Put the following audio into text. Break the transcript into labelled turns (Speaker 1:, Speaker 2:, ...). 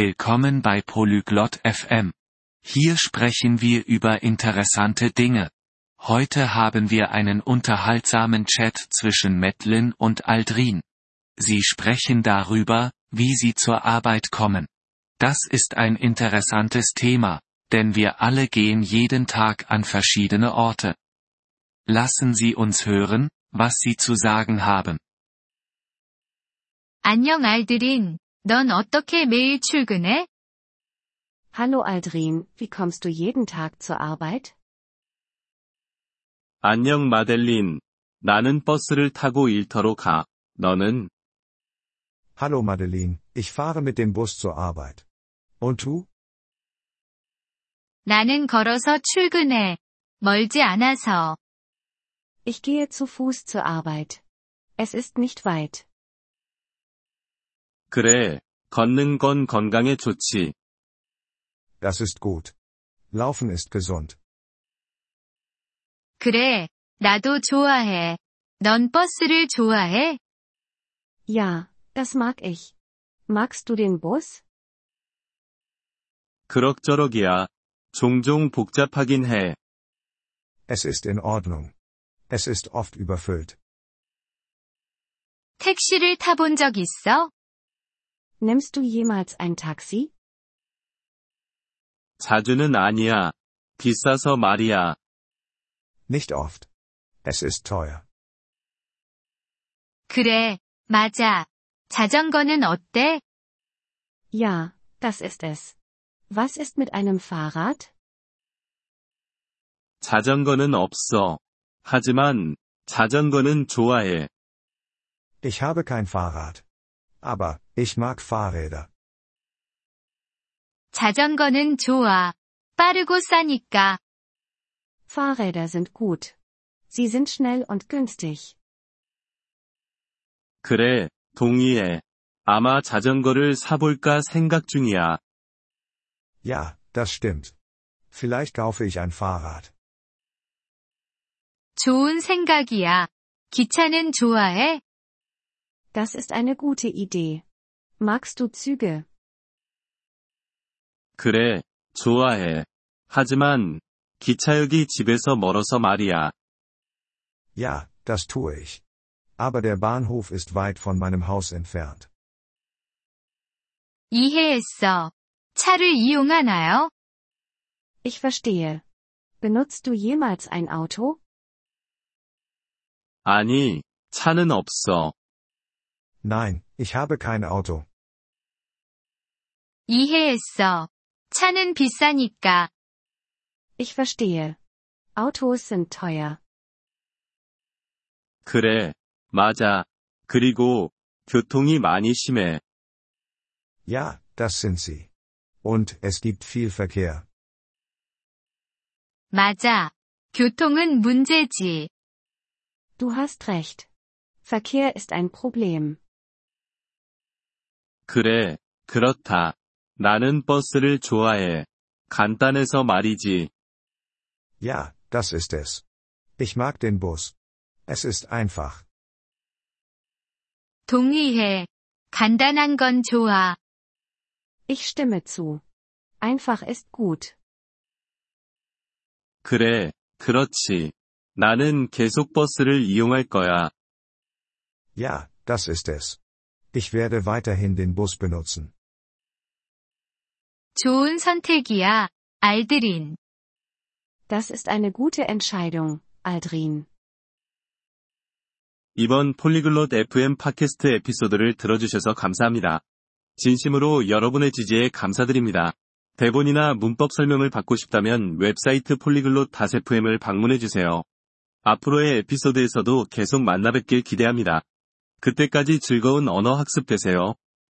Speaker 1: Willkommen bei Polyglot FM. Hier sprechen wir über interessante Dinge. Heute haben wir einen unterhaltsamen Chat zwischen Madeline und Aldrin. Sie sprechen darüber, wie sie zur Arbeit kommen. Das ist ein interessantes Thema, denn wir alle gehen jeden Tag an verschiedene Orte. Lassen Sie uns hören, was Sie zu sagen haben.
Speaker 2: 안녕 알드린. 넌 어떻게 매일 출근해?
Speaker 3: Hallo Aldrin, wie kommst du jeden Tag zur Arbeit?
Speaker 4: 안녕 마델린. 나는 버스를 타고 일터로 가. 너는?
Speaker 5: Hallo Madeleine, ich fahre mit dem Bus zur Arbeit. Und du?
Speaker 2: 나는 걸어서 출근해. 멀지 않아서.
Speaker 3: Ich gehe zu Fuß zur Arbeit. Es ist nicht weit.
Speaker 4: 그래. 걷는 건 건강에 좋지.
Speaker 5: Das ist gut. Laufen ist gesund.
Speaker 2: 그래. 나도 좋아해. 넌 버스를 좋아해?
Speaker 3: Ja, das mag ich. Magst du den Bus?
Speaker 4: 그럭저럭이야. 종종 복잡하긴 해.
Speaker 5: Es ist in Ordnung. Es ist oft überfüllt.
Speaker 2: 택시를 타본 적 있어?
Speaker 3: Nimmst du jemals ein Taxi?
Speaker 4: 자주는 아니야. 비싸서 말이야.
Speaker 5: Nicht oft. Es ist teuer.
Speaker 2: 그래. 맞아. 자전거는 어때?
Speaker 3: Ja, das ist es. Was ist mit einem Fahrrad?
Speaker 4: 자전거는 없어. 하지만 자전거는 좋아해.
Speaker 5: Ich habe kein Fahrrad. Aber, ich mag Fahrräder.
Speaker 2: 자전거는 좋아. 빠르고 싸니까.
Speaker 3: Fahrräder sind gut. Sie sind schnell und günstig.
Speaker 4: 그래. 동의해. 아마 자전거를 사볼까 생각 중이야.
Speaker 5: Ja, das stimmt. Vielleicht kaufe ich ein Fahrrad.
Speaker 2: 좋은 생각이야. 기차는 좋아해?
Speaker 3: Das ist eine gute Idee. Magst du Züge?
Speaker 4: 그래. 좋아해. 하지만 기차역이 집에서 멀어서 말이야.
Speaker 5: Ja, das tue ich. Aber der Bahnhof ist weit von meinem Haus entfernt.
Speaker 2: 이해했어. 차를 이용하나요?
Speaker 3: Ich verstehe. Benutzt du jemals ein Auto?
Speaker 4: 아니, 차는 없어.
Speaker 5: Nein, ich habe kein Auto.
Speaker 2: 이해했어. 차는 비싸니까.
Speaker 3: Ich verstehe. Autos sind teuer.
Speaker 4: 그래. 맞아. 그리고 교통이 많이 심해.
Speaker 5: Ja, das sind sie. Und es gibt viel Verkehr.
Speaker 2: 맞아. 교통은 문제지.
Speaker 3: Du hast recht. Verkehr ist ein Problem.
Speaker 4: 그래. 그렇다. 나는 버스를 좋아해. 간단해서 말이지.
Speaker 5: Ja, das ist es. Ich mag den Bus. Es ist einfach.
Speaker 2: 동의해. 간단한 건 좋아.
Speaker 3: Ich stimme zu. Einfach ist gut.
Speaker 4: 그래. 그렇지. 나는 계속 버스를 이용할 거야.
Speaker 5: Ja, das ist es. Ich werde weiterhin den Bus benutzen.
Speaker 2: 좋은 선택이야. 알드린.
Speaker 3: Das ist eine gute Entscheidung, Aldrin.
Speaker 4: 이번 폴리글롯 FM 팟캐스트 에피소드를 들어주셔서 감사합니다. 진심으로 여러분의 지지에 감사드립니다. 대본이나 문법 설명을 받고 싶다면 웹사이트 폴리글롯 FM을 방문해주세요. 앞으로의 에피소드에서도 계속 만나뵙길 기대합니다. 그때까지 즐거운 언어 학습 되세요.